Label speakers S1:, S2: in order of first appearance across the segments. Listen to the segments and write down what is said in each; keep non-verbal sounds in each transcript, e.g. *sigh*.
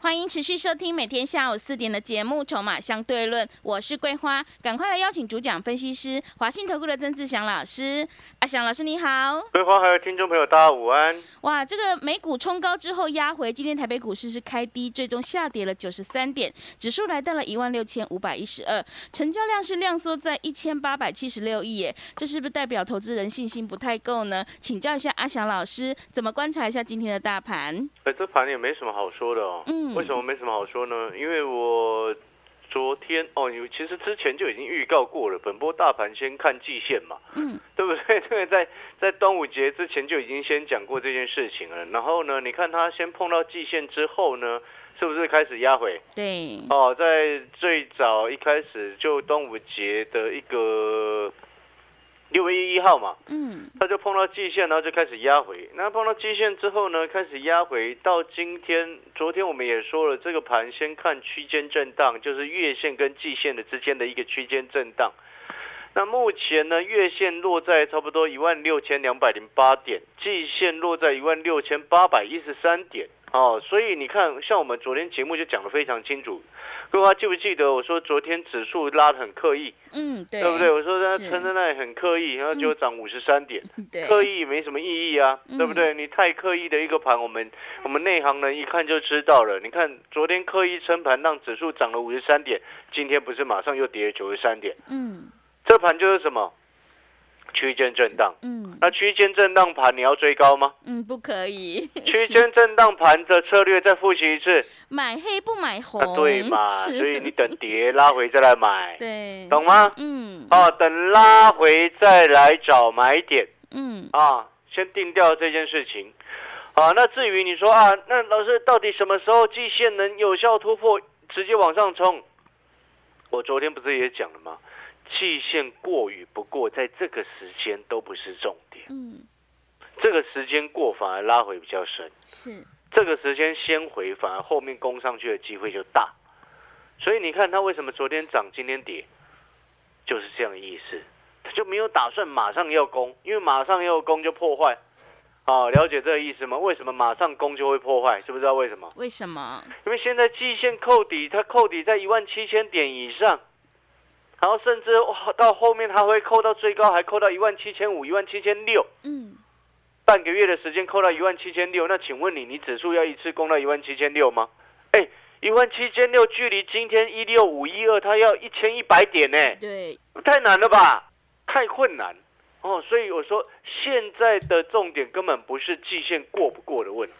S1: 欢迎持续收听每天下午四点的节目《筹码相对论》，我是桂花，赶快来邀请主讲分析师华信投顾的曾志祥老师。阿祥老师你好，
S2: 桂花还有听众朋友，大家午安。
S1: 哇，这个美股冲高之后压回，今天台北股市是开低，最终下跌了九十三点，指数来到了一万六千五百一十二，成交量是量缩在一千八百七十六亿耶，这是不是代表投资人信心不太够呢？请教一下阿祥老师，怎么观察一下今天的大盘？
S2: 哎，这盘也没什么好说的哦。
S1: 嗯
S2: 为什么没什么好说呢？因为我昨天哦，你其实之前就已经预告过了，本波大盘先看季线嘛，
S1: 嗯，
S2: 对不对？ *laughs* 对，在在端午节之前就已经先讲过这件事情了。然后呢，你看它先碰到季线之后呢，是不是开始压回？
S1: 对，
S2: 哦，在最早一开始就端午节的一个六月一号嘛，
S1: 嗯，
S2: 它就碰到季线，然后就开始压回。那碰到季线之后呢，开始压回到今天，昨天我们也说了，这个盘先看区间震荡，就是月线跟季线的之间的一个区间震荡。那目前呢，月线落在差不多一万六千两百零八点，季线落在一万六千八百一十三点。哦，所以你看，像我们昨天节目就讲得非常清楚，各位还记不记得我说昨天指数拉得很刻意，
S1: 嗯，对，
S2: 对不对？？我说它
S1: 是
S2: 撑在那里很刻意，然后就涨五十三点。
S1: 嗯对，
S2: 刻意没什么意义啊，
S1: 嗯
S2: 对不对？你太刻意的一个盘，我们我们内行人一看就知道了。你看昨天刻意撑盘，让指数涨了五十三点，今天不是马上又跌了九十三点？
S1: 嗯
S2: 这盘就是什么区间震荡？
S1: 嗯
S2: 那区间震荡盘你要追高吗？
S1: 嗯，不可以， *laughs*
S2: 区间震荡盘的策略再复习一次，
S1: 买黑不买红，
S2: 啊、对嘛？
S1: 哦是
S2: 所以你等跌拉回再来买，
S1: *laughs* 对，
S2: 懂吗？
S1: 嗯
S2: 哦，等拉回再来找买点。
S1: 嗯
S2: 啊，先定掉这件事情。啊，那至于你说啊，那老师到底什么时候季线能有效突破，直接往上冲？我昨天不是也讲了吗？季线过与不过，在这个时间都不是重点，
S1: 嗯，
S2: 这个时间过反而拉回比较深，
S1: 是，
S2: 这个时间先回反而后面攻上去的机会就大。所以你看它为什么昨天涨，今天跌，就是这样的意思。他就没有打算马上要攻，因为马上要攻就破坏。啊，了解这个意思吗？为什么马上攻就会破坏？知不知道为什么？
S1: 为什么？
S2: 因为现在季线扣底，它扣底在一万七千点以上，然后甚至哇到后面它会扣到最高，还扣到一万七千五、一万七千六，
S1: 嗯，
S2: 半个月的时间扣到一万七千六。那请问你，你指数要一次攻到一万七千六吗？哎，一万七千六距离今天一六五一二，它要一千一百点呢、
S1: 对，
S2: 太难了吧，太困难哦。所以我说，现在的重点根本不是季线过不过的问题，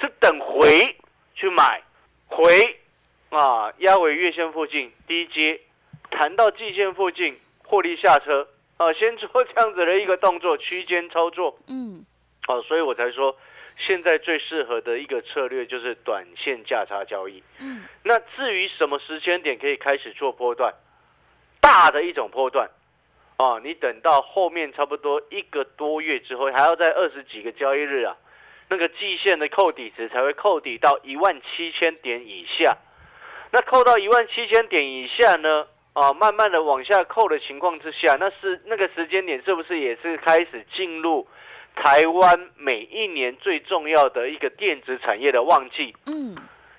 S2: 是等回去买回啊，压尾月线附近低接，谈到季线附近获利下车啊，先做这样子的一个动作，区间操作
S1: 嗯
S2: 哦、所以我才说。现在最适合的一个策略就是短线价差交易。
S1: 嗯
S2: 那至于什么时间点可以开始做波段，大的一种波段，哦，你等到后面差不多一个多月之后，还要在二十几个交易日啊，那个季线的扣底值才会扣底到一万七千点以下。那扣到一万七千点以下呢？啊，慢慢的往下扣的情况之下，那是那个时间点是不是也是开始进入台湾每一年最重要的一个电子产业的旺季？
S1: 嗯，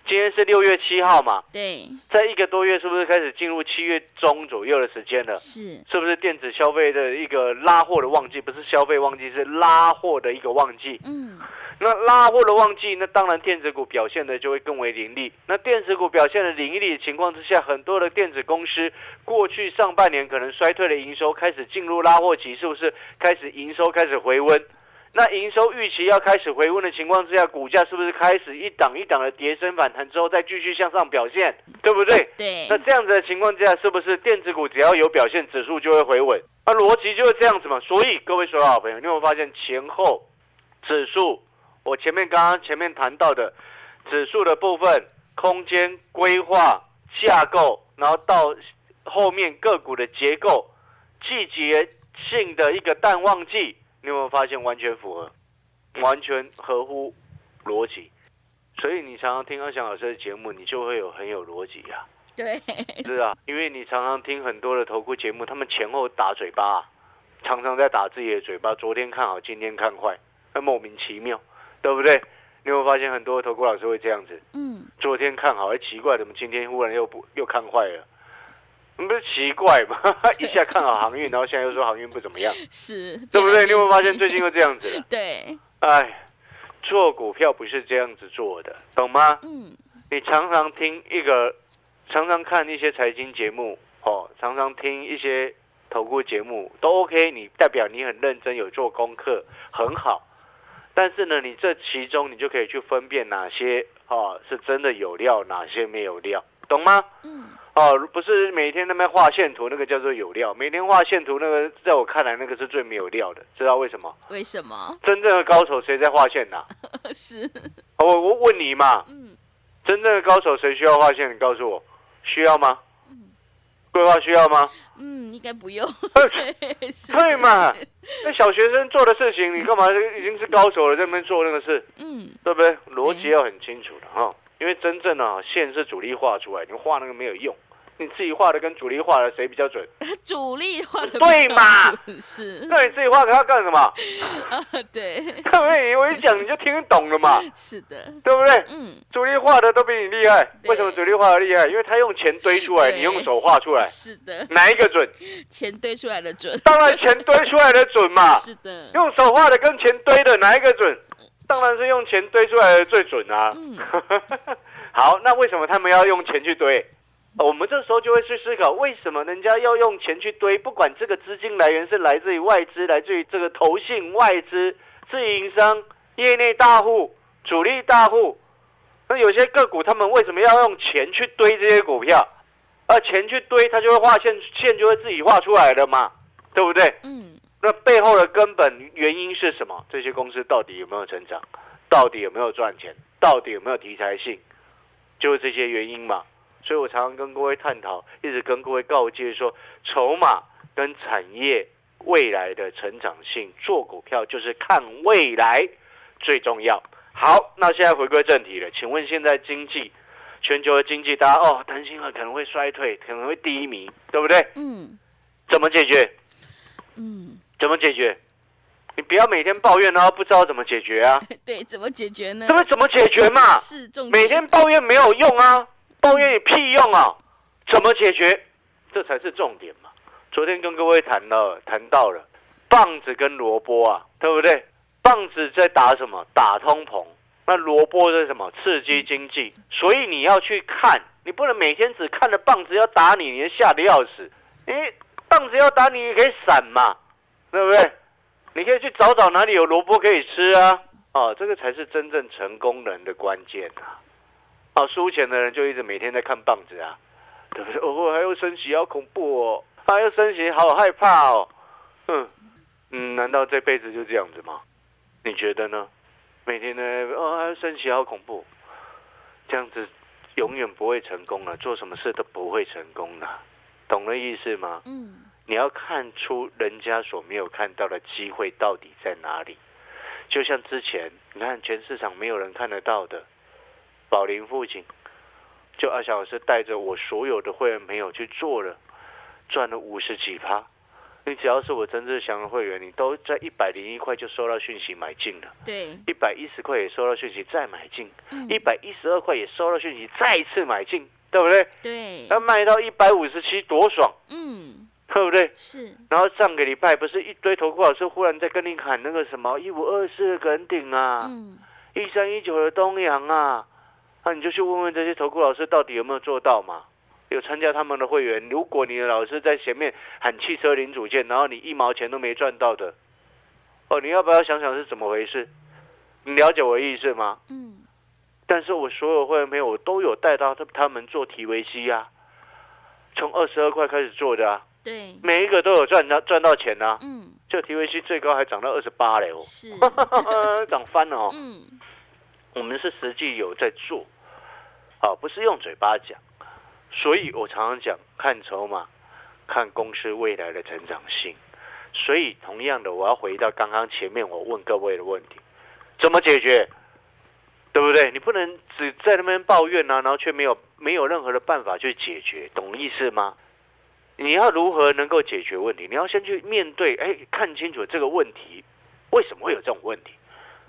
S2: 今天是六月七号嘛，
S1: 对，
S2: 在一个多月，是不是开始进入七月中左右的时间了？
S1: 是，
S2: 是不是电子消费的一个拉货的旺季？不是消费旺季，是拉货的一个旺季。
S1: 嗯
S2: 那拉货的旺季，那当然电子股表现的就会更为凌厉。那电子股表现的凌厉的情况之下，很多的电子公司过去上半年可能衰退的营收开始进入拉货期，是不是开始营收开始回温？那营收预期要开始回温的情况之下，股价是不是开始一档一档的跌升反弹之后，再继续向上表现，对不对？
S1: 对，
S2: 那这样子的情况之下，是不是电子股只要有表现，指数就会回稳？那逻辑就是这样子嘛。所以各位所有好朋友，你有没有发现前后指数？我前面刚刚前面谈到的指数的部分，空间规划、架构，然后到后面个股的结构、季节性的一个淡旺季，你有没有发现完全符合，完全合乎逻辑？所以你常常听阿翔老师的节目，你就会有很有逻辑呀、
S1: 对，
S2: 是啊，因为你常常听很多的投顾节目，他们前后打嘴巴、啊，常常在打自己的嘴巴。昨天看好，今天看坏，那莫名其妙，对不对？你会发现很多投顾老师会这样子，
S1: 嗯，
S2: 昨天看好，哎，奇怪，怎么今天忽然又不又看坏了？你不是奇怪吗？ *laughs* 一下看好航运，然后现在又说航运不怎么样，
S1: 是，
S2: 对不对？
S1: 变来
S2: 你
S1: 变
S2: 有没有发现
S1: 去
S2: 最近又这样子了？
S1: 对，
S2: 哎，做股票不是这样子做的，懂吗？
S1: 嗯，
S2: 你常常听一个，常常看一些财经节目，哦，常常听一些投顾节目，都 OK，你代表你很认真，有做功课，很好。但是呢，你这其中你就可以去分辨哪些哦是真的有料，哪些没有料，懂吗？
S1: 嗯，
S2: 哦，不是每天那边画线图，那个叫做有料；每天画线图，那个在我看来那个是最没有料的，知道为什么？
S1: 为什么？ *laughs*
S2: 真正的高手谁在画线呐、
S1: 是，
S2: 哦我我问你嘛，
S1: 嗯，
S2: 真正的高手谁需要画线？你告诉我，需要吗
S1: 嗯？
S2: 规划需要吗？
S1: 嗯，应该不用， *laughs* 对，是
S2: 对嘛？那小学生做的事情，你干嘛已经是高手了，在那边做那个事，
S1: 嗯，
S2: 对不对？逻辑要很清楚的哈，因为真正啊，线是主力画出来，你画那个没有用，你自己画的跟主力画的谁比较准？
S1: 嗯主力画的
S2: 对嘛？
S1: 是，
S2: 那你自己画给他干
S1: *laughs*
S2: 什么？
S1: 啊，对，
S2: 对不对？我一讲你就听懂了嘛，
S1: 是的，
S2: 对不对？
S1: 嗯，
S2: 主力画的都比你厉害，
S1: 对
S2: 为什么主力画的厉害？因为他用钱堆出来，
S1: 对
S2: 你用手画出来，
S1: 是的，
S2: 哪一个准？
S1: 钱堆出来的准，
S2: 当然钱堆出来的准嘛，
S1: 是的，
S2: 用手画的跟钱堆的哪一个准？当然是用钱堆出来的最准啊。
S1: 嗯
S2: *laughs* 好，那为什么他们要用钱去堆？呃我们这时候就会去思考，为什么人家要用钱去堆？不管这个资金来源是来自于外资，来自于这个投信、外资、自营商、业内大户、主力大户，那有些个股他们为什么要用钱去堆这些股票？而钱去堆，它就会画线，线就会自己画出来的嘛，对不对？
S1: 嗯，
S2: 那背后的根本原因是什么？这些公司到底有没有成长？到底有没有赚钱？到底有没有题材性？就是这些原因嘛。所以我常常跟各位探讨，一直跟各位告诫说，筹码跟产业未来的成长性，做股票就是看未来最重要。好，那现在回归正题了，请问现在经济，全球的经济，大家哦担心了，可能会衰退，可能会低迷，对不对？
S1: 嗯，
S2: 怎么解决？
S1: 嗯， *laughs*
S2: 怎么解决？你不要每天抱怨，然后不知道怎么解决啊？
S1: 对，怎么解决呢
S2: 这？个怎么解决嘛？
S1: 是重
S2: 每
S1: 点
S2: 天抱怨没有用啊，抱怨有屁用啊！怎么解决？这才是重点嘛。昨天跟各位谈了，谈到了棒子跟萝卜啊，对不对？棒子在打什么？打通膨。那萝卜是什么？刺激经济。所以你要去看，你不能每天只看着棒子要打你，你就吓得要死。你棒子要打你，你可以闪嘛，对不对？你可以去找找哪里有萝卜可以吃啊。哦，这个才是真正成功人的关键啊！哦，输钱的人就一直每天在看棒子啊，对不对？哦，还要升息，好恐怖哦！还要升息，好害怕哦！嗯嗯，难道这辈子就这样子吗？你觉得呢？每天呢，哦，还要升息，好恐怖！这样子永远不会成功了，啊做什么事都不会成功了，懂了意思吗？
S1: 嗯，
S2: 你要看出人家所没有看到的机会到底在哪里。就像之前，你看全市场没有人看得到的，宝林父亲，就阿小老师带着我所有的会员朋友去做了，赚了五十几趴。你只要是我曾志祥的会员，你都在一百零一块就收到讯息买进了，
S1: 对，
S2: 一百一十块也收到讯息再买进，
S1: 嗯
S2: 一，百一十二块也收到讯息再一次买进，对不对？
S1: 对，
S2: 那卖到一百五十七多爽，
S1: 嗯，
S2: 对不对？
S1: 是，
S2: 然后上个礼拜不是一堆投顾老师忽然在跟你喊那个什么一五二四的耿鼎啊，
S1: 嗯，
S2: 一三一九的东阳啊，那、你就去问问这些投顾老师到底有没有做到嘛？有参加他们的会员，如果你的老师在前面喊汽车零组件，然后你一毛钱都没赚到的，哦，你要不要想想是怎么回事？你了解我的意思吗？
S1: 嗯，
S2: 但是我所有会员朋友，我都有带到他他们做提维 C 啊，从二十二块开始做的啊，
S1: 对，
S2: 每一个都有赚到赚到钱啊。
S1: 嗯，
S2: 这 TVC 最高还涨到二十八嘞哦， *laughs*
S1: 是，
S2: 涨翻了哦。
S1: 嗯，
S2: 我们是实际有在做，啊，不是用嘴巴讲。所以我常常讲，看筹码，看公司未来的成长性。所以同样的，我要回到刚刚前面我问各位的问题，怎么解决？对不对？你不能只在那边抱怨啊，然后却没有没有任何的办法去解决，懂意思吗？你要如何能够解决问题？你要先去面对，哎，看清楚这个问题为什么会有这种问题，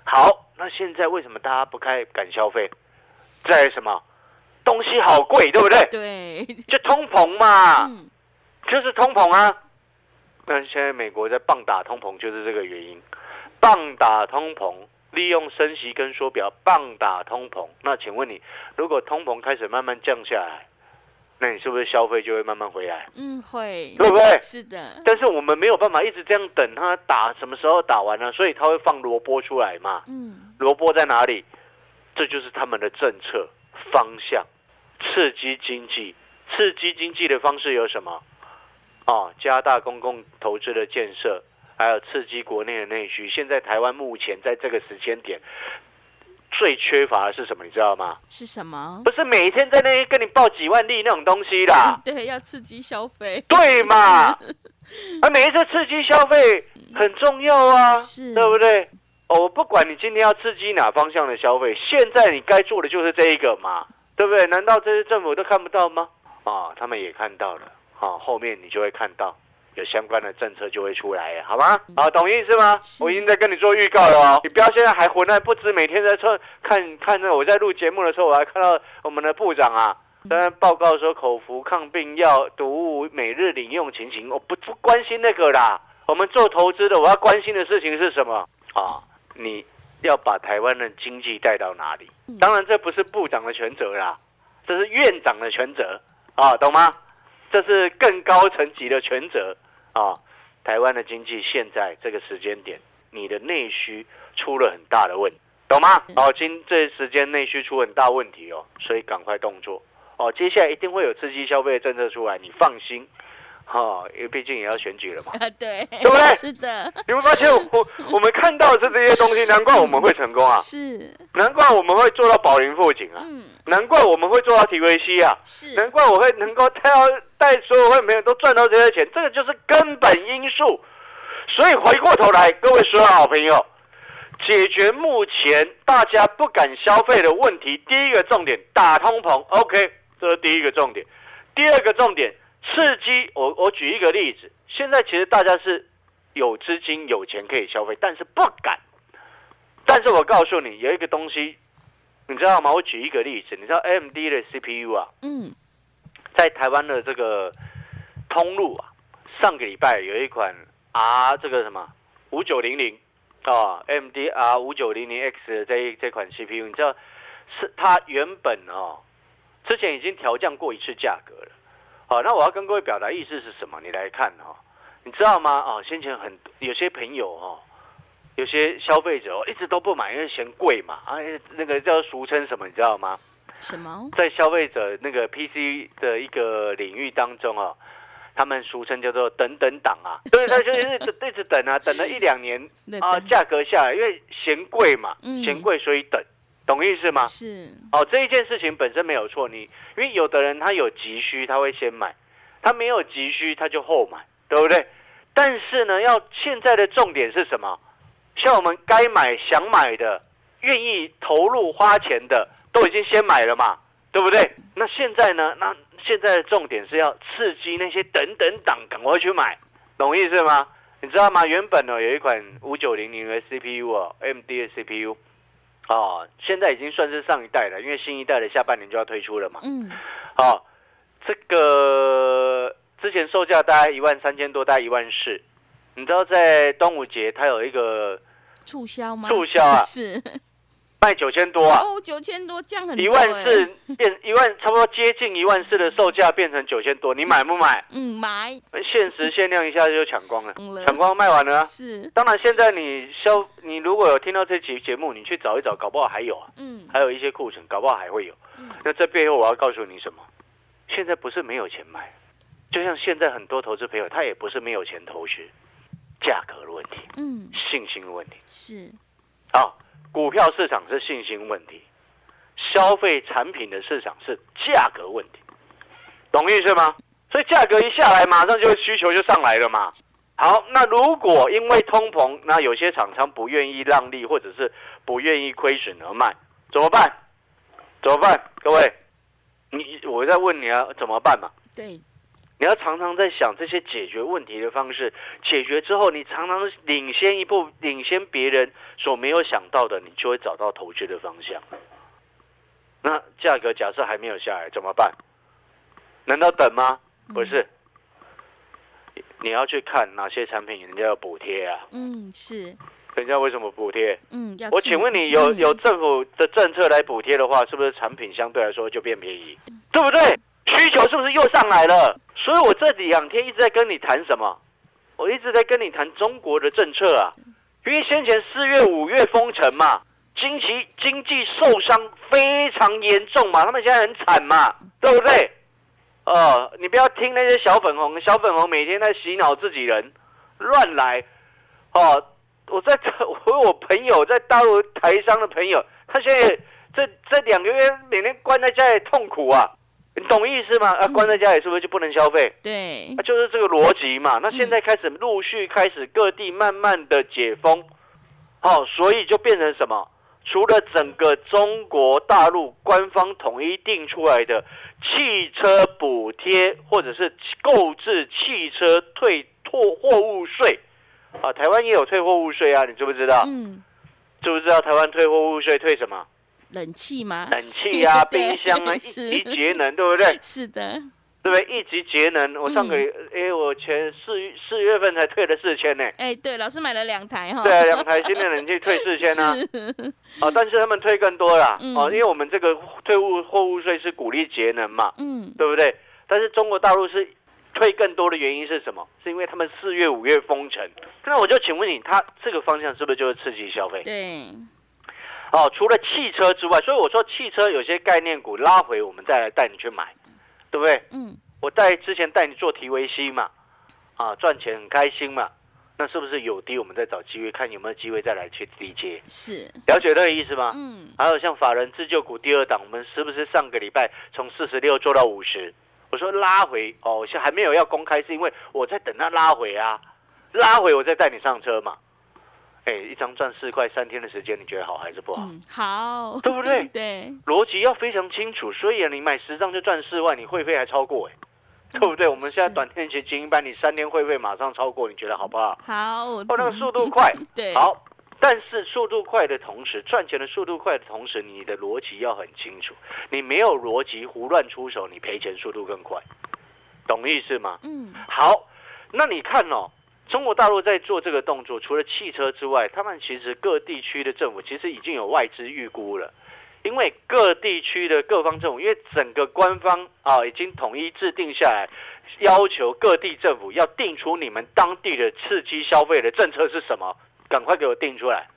S2: 好，那现在为什么大家不太敢消费？在于什么？东西好贵，对不对？
S1: 对，
S2: 就通膨嘛，
S1: 嗯，
S2: 就是通膨啊。那现在美国在棒打通膨，就是这个原因。棒打通膨，利用升息跟缩表棒打通膨。那请问你，如果通膨开始慢慢降下来，那你是不是消费就会慢慢回来？
S1: 嗯，会，
S2: 对不对
S1: 是的，
S2: 但是我们没有办法一直这样等它打，什么时候打完呢、所以它会放萝卜出来嘛。
S1: 嗯，
S2: 萝卜在哪里？这就是他们的政策方向，刺激经济。刺激经济的方式有什么？哦，加大公共投资的建设，还有刺激国内的内需。现在台湾目前在这个时间点最缺乏的是什么？你知道吗？
S1: 是什么？，
S2: 不是每天在那边跟你报几万例那种东西啦
S1: *laughs* 对，要刺激消 *laughs* 费，
S2: 对嘛？啊，每一次刺激消费很重要啊，
S1: 是
S2: 对不对？哦，我不管你今天要刺激哪方向的消费，现在你该做的就是这一个嘛，对不对？难道这些政府都看不到吗？啊、他们也看到了，啊、后面你就会看到有相关的政策就会出来，好吗？啊，懂意思吗？
S1: 嗯是
S2: 我已经在跟你做预告了哦，你不要现在还混乱不知，每天在看看看着我在录节目的时候，我还看到我们的部长啊。
S1: 嗯
S2: 当然，报告说口服抗病药、毒物每日领用情形，我不不关心那个啦。我们做投资的，我要关心的事情是什么啊？你要把台湾的经济带到哪里
S1: 嗯？
S2: 当然，这不是部长的全责啦，这是院长的全责啊，懂吗？这是更高层级的全责啊。台湾的经济现在这个时间点，你的内需出了很大的问题，懂吗？哦，今这时间内需出很大问题哦，所以赶快动作。哦，接下来一定会有刺激消费的政策出来，你放心，哈、因为毕竟也要选举了
S1: *laughs*
S2: 嘛。
S1: 啊，对，对
S2: 不对
S1: 是的，
S2: 你会发现我，我们看到的是这些东西，难怪我们会成功啊，
S1: 是，
S2: 难怪我们会做到保龄富锦啊，
S1: 嗯，
S2: 难怪我们会做到 TVC 啊，
S1: 是，
S2: 难怪我会能够带到带所有会朋友都赚到这些钱，这个就是根本因素。所以回过头来，各位所有好朋友，解决目前大家不敢消费的问题，第一个重点打通膨，OK，这是第一个重点。第二个重点，刺激我我举一个例子，现在其实大家是有资金有钱可以消费，但是不敢。但是我告诉你，有一个东西，你知道吗？我举一个例子，你知道 AMD 的 CPU 啊，
S1: 嗯，
S2: 在台湾的这个通路啊，上个礼拜有一款 R 这个什么五九零零啊，MD R 五九零零 X 的这一这款 CPU，你知道是它原本哦，之前已经调降过一次价格了。好、那我要跟各位表达意思是什么？你来看哦，你知道吗？哦，先前很有些朋友哦。有些消费者哦一直都不买，因为嫌贵嘛，啊，那个叫俗称什么，你知道吗？
S1: 什么？
S2: 在消费者那个 PC 的一个领域当中哦，他们俗称叫做“等等党”
S1: *laughs*
S2: 啊，对，他就是一直一直等啊，等了一两年
S1: 对
S2: 啊，
S1: 的
S2: 价格下来，因为嫌贵嘛
S1: 嗯，
S2: 嫌贵所以等，懂意思吗？
S1: 是，
S2: 哦，这一件事情本身没有错，你因为有的人他有急需，他会先买；他没有急需，他就后买，对不对？但是呢，要现在的重点是什么？像我们该买、想买的、愿意投入花钱的，都已经先买了嘛，对不对？那现在呢？那现在的重点是要刺激那些等等党赶快去买，懂意思吗？你知道吗？原本呢有一款五九零零的 CPU 哦，AMD 的 CPU，哦，现在已经算是上一代了，因为新一代的下半年就要推出了嘛。
S1: 嗯，
S2: 哦，这个之前售价大概一万三千多，大概一万四。你知道在端午节它有一个
S1: 促销吗？
S2: 促销
S1: *laughs*
S2: 啊
S1: 是，
S2: 卖九千多啊，
S1: 哦，九千多降很多，欸
S2: 一万四，变一万，差不多接近一万四的售价变成九千多，你买不买？
S1: 嗯，买，
S2: 限时限量一下就抢光了
S1: 嗯了，
S2: 抢光卖完了啊、
S1: 是，
S2: 当然，现在你消，你如果有听到这期节目，你去找一找，搞不好还有啊。
S1: 嗯，
S2: 还有一些库存，搞不好还会有
S1: 嗯。
S2: 那这背后我要告诉你什么？现在不是没有钱买，就像现在很多投资朋友，他也不是没有钱投资，价格的问题、
S1: 嗯，
S2: 信心的问题。
S1: 是，
S2: 好，股票市场是信心问题，消费产品的市场是价格问题，懂意思吗？所以价格一下来，马上就需求就上来了嘛。好，那如果因为通膨，那有些厂商不愿意让利，或者是不愿意亏损而卖，怎么办？怎么办？各位，你我在问你啊，怎么办嘛？
S1: 对，
S2: 你要常常在想这些解决问题的方式，解决之后，你常常领先一步，领先别人所没有想到的，你就会找到投资的方向。那价格假设还没有下来怎么办？难道等吗？
S1: 嗯
S2: 不是，你要去看哪些产品人家要补贴啊？
S1: 嗯，是，
S2: 人家为什么补贴？
S1: 嗯，要
S2: 我
S1: 记
S2: 请问你，有
S1: 嗯
S2: 有政府的政策来补贴的话，是不是产品相对来说就变便宜，对不对？需求是不是又上来了？所以我这两天一直在跟你谈什么？我一直在跟你谈中国的政策啊，因为先前四月、五月封城嘛，经济经济受伤非常严重嘛，他们现在很惨嘛，对不对？呃，你不要听那些小粉红，小粉红每天在洗脑自己人，乱来，哦、我在 *laughs* 我有我朋友在大陆台商的朋友，他现在这这两个月每天关在家里痛苦啊，你懂意思吗？啊，
S1: 嗯
S2: 关在家里是不是就不能消费？
S1: 对
S2: 啊，，就是这个逻辑嘛。那现在开始陆续开始各地慢慢的解封，好、所以就变成什么？除了整个中国大陆官方统一定出来的汽车补贴，或者是购置汽车退货货物税，啊，台湾也有退货物税啊，你知不知道？
S1: 嗯，
S2: 知不知道台湾退货物税退什么？
S1: 冷气吗？
S2: 冷气啊、
S1: *laughs* 对
S2: 冰箱啊，一
S1: 是
S2: 级节能，对不对？
S1: 是的，
S2: 对不对？一级节
S1: 嗯
S2: 能，我上个月，哎、我前四月四月份才退了四千呢。
S1: 哎，对，老师买了两台哈，
S2: 对啊，
S1: *laughs*
S2: 两台新的冷气退四千啊，
S1: 哦是，
S2: 哦，但是他们退更多啦，
S1: 嗯
S2: 哦，因为我们这个退物货物税是鼓励节能嘛，
S1: 嗯，
S2: 对不对？但是中国大陆是退更多的原因是什么？是因为他们四月五月封城，那我就请问你，它这个方向是不是就是刺激消费？
S1: 对，
S2: 哦，除了汽车之外，所以我说汽车有些概念股拉回，我们再来带你去买，对不对？
S1: 嗯，
S2: 我带之前带你做提维 C 嘛，啊，赚钱很开心嘛，那是不是有低我们再找机会，看有没有机会再来去低接？
S1: 是，
S2: 了解这个意思吗？
S1: 嗯，
S2: 还有像法人自救股第二档，我们是不是上个礼拜从四十六做到五十？我说拉回哦，我现在还没有要公开，是因为我在等它拉回啊，拉回我再带你上车嘛。哎，一张赚四块，三天的时间，你觉得好还是不好？
S1: 嗯，好，
S2: 对不对
S1: *laughs* 对，
S2: 逻辑要非常清楚。所以你买十张就赚四万，你会费还超过哎、对不对？我们现在
S1: 嗯是
S2: 短天期精英班，你三天会费马上超过，你觉得好不好？
S1: 好，哦
S2: 哦，那个速度快，
S1: 对，，
S2: 好，但是速度快的同时，赚钱的速度快的同时，你的逻辑要很清楚。你没有逻辑胡乱出手，你赔钱速度更快，懂意思吗？
S1: 嗯，
S2: 好，那你看哦，中国大陆在做这个动作，除了汽车之外，他们其实各地区的政府其实已经有外资预估了。因为各地区的各方政府，因为整个官方啊已经统一制定下来，要求各地政府要定出你们当地的刺激消费的政策是什么，赶快给我定出来。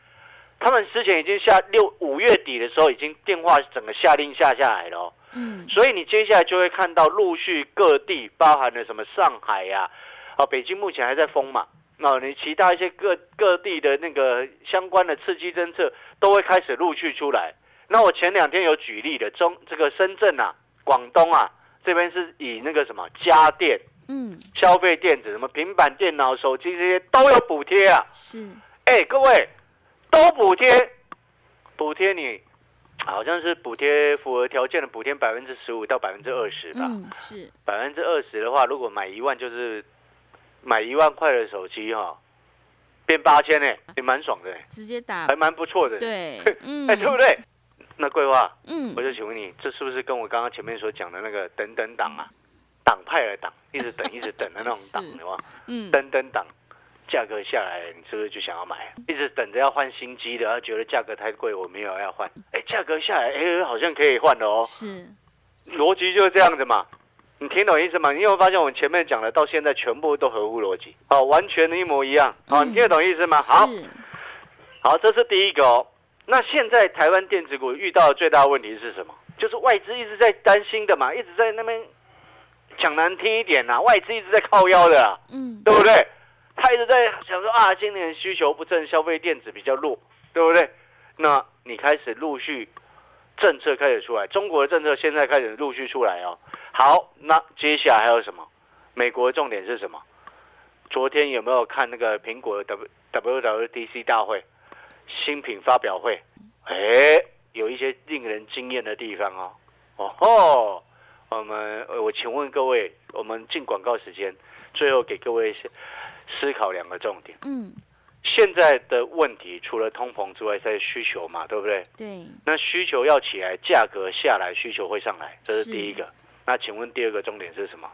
S2: 他们之前已经下六五月底的时候，已经电话整个下令下下来了、哦。
S1: 嗯，
S2: 所以你接下来就会看到陆续各地，包含了什么上海呀、啊，北京目前还在封嘛，那、你其他一些各各地的那个相关的刺激政策都会开始陆续出来。那我前两天有举例的，中这个深圳啊、广东啊这边是以那个什么家电、
S1: 嗯，
S2: 消费电子、什么平板电脑、手机这些都有补贴啊。
S1: 是，
S2: 哎、各位都补贴，补贴你好像是补贴符合条件的补贴百分之十五到百分之二十吧。
S1: 嗯，是，
S2: 百分之二十的话，如果买一万就是买一万块的手机哈、变八千呢，也蛮爽的欸，
S1: 直接打
S2: 还，蛮不错的。，
S1: 嗯对，嗯，
S2: 哎、对不对？那桂花，
S1: 嗯
S2: 我，就请问你，这是不是跟我刚刚前面所讲的那个等等党啊，党派的党，一直等一直等的那种
S1: 是
S2: 党，有吗？
S1: 嗯，
S2: 等等档，价格下来，你是不是就想要买？一直等着要换新机的，啊，觉得价格太贵，我没有要换。哎，价格下来，哎，好像可以换了哦。
S1: 是，
S2: 逻辑就是这样子嘛。你听懂意思吗？你有没有发现我前面讲的到现在全部都合乎逻辑？哦，完全一模一样。哦，
S1: 嗯
S2: 你听得懂意思吗？好
S1: 是，
S2: 好，这是第一个哦。那现在台湾电子股遇到的最大的问题是什么？就是外资一直在担心的嘛，一直在那边讲难听一点呐、啊外资一直在靠腰的、啊。
S1: 嗯，
S2: 对不对？他一直在想说啊，今年需求不振，消费电子比较弱，对不对？那你开始陆续政策开始出来，中国的政策现在开始陆续出来哦。好，那接下来还有什么？美国的重点是什么？昨天有没有看那个苹果的 W WWDC 大会新品发表会？哎，有一些令人惊艳的地方哦。哦吼，我们呃我请问各位，我们进广告时间，最后给各位思考两个重点。
S1: 嗯，
S2: 现在的问题除了通膨之外，在需求嘛，对不对？
S1: 对，
S2: 那需求要起来，价格下来，需求会上来，这是
S1: 是
S2: 第一个。那请问第二个重点是什么？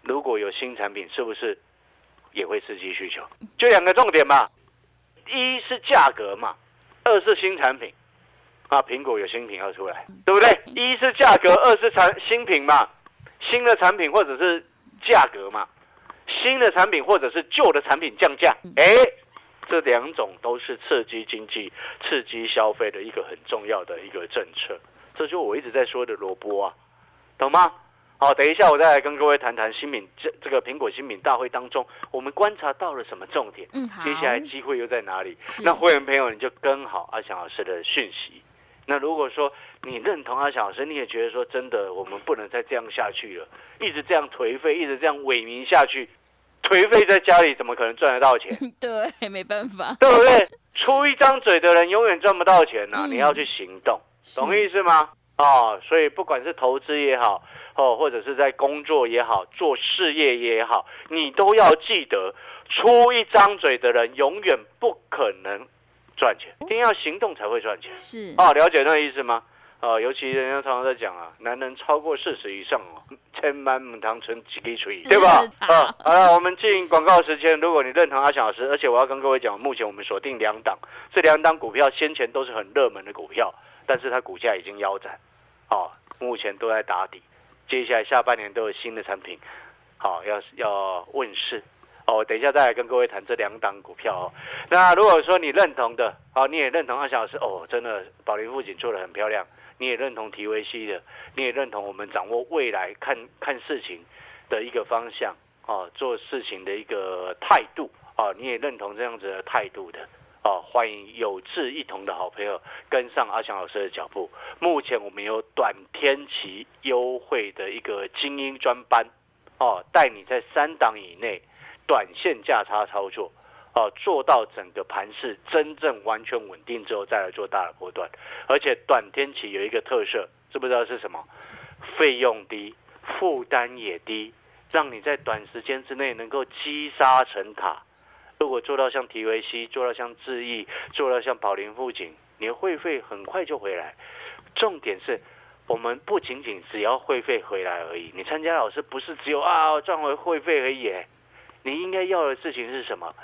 S2: 如果有新产品，是不是也会刺激需求？就两个重点嘛，一是价格嘛，二是新产品。啊，苹果有新品要出来，对不对？一是价格，二是产新品嘛，新的产品或者是价格嘛，新的产品或者是旧的产品降价，哎，这两种都是刺激经济、刺激消费的一个很重要的一个政策。这就是我一直在说的萝卜啊，懂吗？好，等一下我再来跟各位谈谈新品这这个苹果新品大会当中，我们观察到了什么重点，
S1: 嗯，好，
S2: 接下来机会又在哪里？
S1: 是
S2: 那会员朋友你就跟好阿翔老师的讯息。那如果说你认同阿翔老师，你也觉得说真的，我们不能再这样下去了，一直这样颓废，一直这样萎靡下去，颓废在家里怎么可能赚得到钱？
S1: *laughs* 对，没办法，
S2: 对不对？出一张嘴的人永远赚不到钱呐、
S1: 嗯
S2: 你要去行动，懂
S1: 是
S2: 意思吗？哦，所以不管是投资也好，哦，或者是在工作也好，做事业也好，你都要记得，出一张嘴的人永远不可能赚钱，一定要行动才会赚钱。
S1: 是，
S2: 哦，了解那个意思吗？哦，尤其人家常常在讲啊，男人超过四十以上哦，千万母堂存几滴水，对吧
S1: 是？的
S2: 啊，好了，我们进广告时间。如果你认同阿翔老师，而且我要跟各位讲，目前我们锁定两档，这两档股票先前都是很热门的股票，但是它股价已经腰斩，哦，目前都在打底，接下来下半年都有新的产品，好、要要问世。哦，我等一下再来跟各位谈这两档股票哦。那如果说你认同的，好、你也认同阿翔老师哦，真的宝林富锦做的很漂亮，你也认同提维西的，你也认同我们掌握未来看看事情的一个方向哦，做事情的一个态度哦，你也认同这样子的态度的哦，欢迎有志一同的好朋友跟上阿翔老师的脚步。目前我们有短天期优惠的一个精英专班哦，带你在三档以内短线价差操作。哦，做到整个盘势真正完全稳定之后，再来做大的波段。而且短天期有一个特色，知不知道是什么？费用低，负担也低，让你在短时间之内能够积沙成塔。如果做到像提维西，做到像智毅，做到像宝林富锦，你的会费很快就回来。重点是。我们不仅仅只要会费回来而已，你参加老师不是只有啊赚回会费而已，你应该要的事情是什么？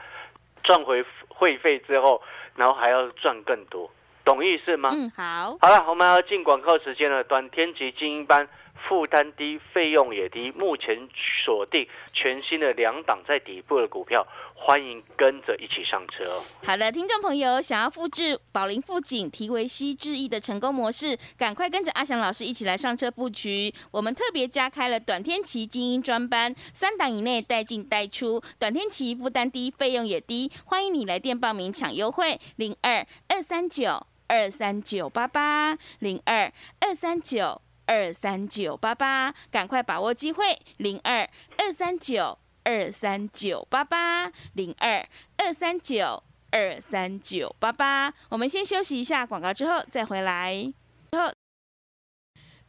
S2: 赚回会费之后，然后还要赚更多，懂意思吗？
S1: 嗯，好，
S2: 好了，我们要进广告时间了。短天级精英班负担低，费用也低，目前锁定全新的两档在底部的股票，欢迎跟着一起上车哦。
S1: 好的，听众朋友，想要复制宝林富锦提维西致意的成功模式，赶快跟着阿翔老师一起来上车布局。我们特别加开了短天期精英专班，三档以内带进带出，短天期负担低，费用也低，欢迎你来电报名抢优惠，零二二三九二三九八八零二二三九。二三九八八，赶快把握机会，零二二三九二三九八八，零二二三九二三九八八。我们先休息一下广告，之后再回来。之后。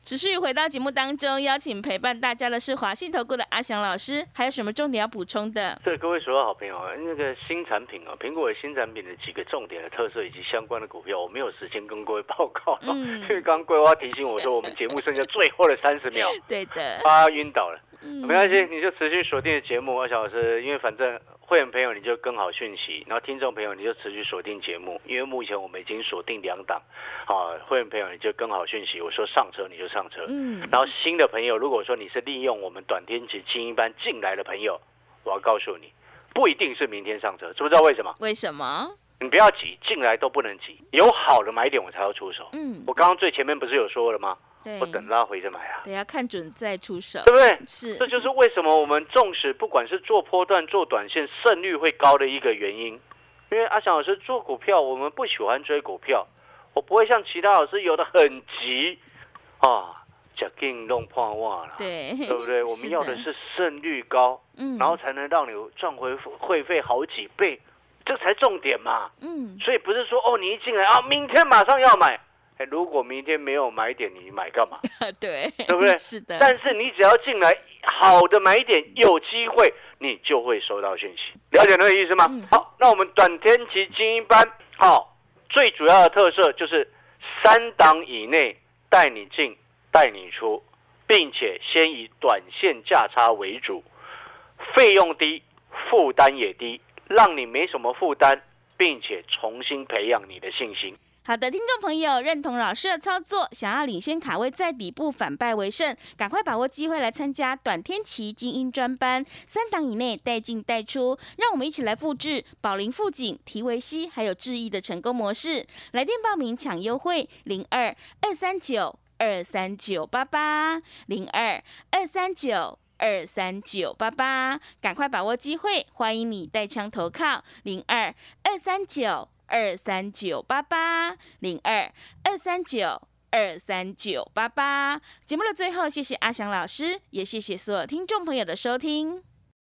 S1: 持续回到节目当中，邀请陪伴大家的是华信投顾的阿翔老师，还有什么重点要补充的？
S2: 对各位所有好朋友，那个新产品哦，苹果的新产品的几个重点的特色以及相关的股票，我没有时间跟各位报告了，
S1: 嗯
S2: *laughs* 因为刚刚桂花提醒我说，我们节目剩下最后的三十 *laughs* 秒，
S1: 对的，
S2: 啊，晕倒了。
S1: 嗯
S2: 没关系，你就持续锁定节目，二小时，因为反正会员朋友你就跟好讯息，然后听众朋友你就持续锁定节目，因为目前我们已经锁定两档，啊，会员朋友你就跟好讯息，我说上车你就上车，
S1: 嗯，
S2: 然后新的朋友，如果说你是利用我们短天期精英班进来的朋友，我要告诉你，不一定是明天上车，知不知道为什么？
S1: 为什么？
S2: 你不要急，进来都不能急，有好的买点我才要出手。
S1: 嗯，
S2: 我刚刚最前面不是有说了吗？
S1: 对，
S2: 我等拉回再买啊，
S1: 等要看准再出手
S2: 对，不对？
S1: 是
S2: 这，就是为什么我们纵使不管是做波段、做短线，胜率会高的一个原因。因为阿翔老师做股票，我们不喜欢追股票，我不会像其他老师有的很急啊，假定弄破袜了，
S1: 对，
S2: 对不对？我们要的
S1: 的，
S2: 是胜率高，
S1: 嗯，
S2: 然后，才能让你赚回会费好几倍，这才重点嘛。
S1: 嗯，
S2: 所以不是说哦，你一进来啊，明天马上要买，哎，如果明天没有买点，你买干嘛？
S1: *laughs* 对，
S2: 对不对
S1: 是的，
S2: 但是你只要进来好的买点，有机会你就会收到讯息，了解那个意思吗？
S1: 嗯
S2: 好，那我们短天期精英班，好、最主要的特色就是三档以内带你进，带你出，并且先以短线价差为主，费用低，负担也低，让你没什么负担，并且重新培养你的信心。
S1: 好的，听众朋友，认同老师的操作，想要领先卡位在底部反败为胜，赶快把握机会来参加短天期精英专班，三档以内带进带出，让我们一起来复制宝林富锦、提维西还有智毅的成功模式。来电报名抢优惠零二二三九二三九八八零二二三九。二三九八八，赶快把握机会，欢迎你带枪投靠零二二三九二三九八八零二二三九二三九八八。节目的最后，谢谢阿翔老师，也谢谢所有听众朋友的收听。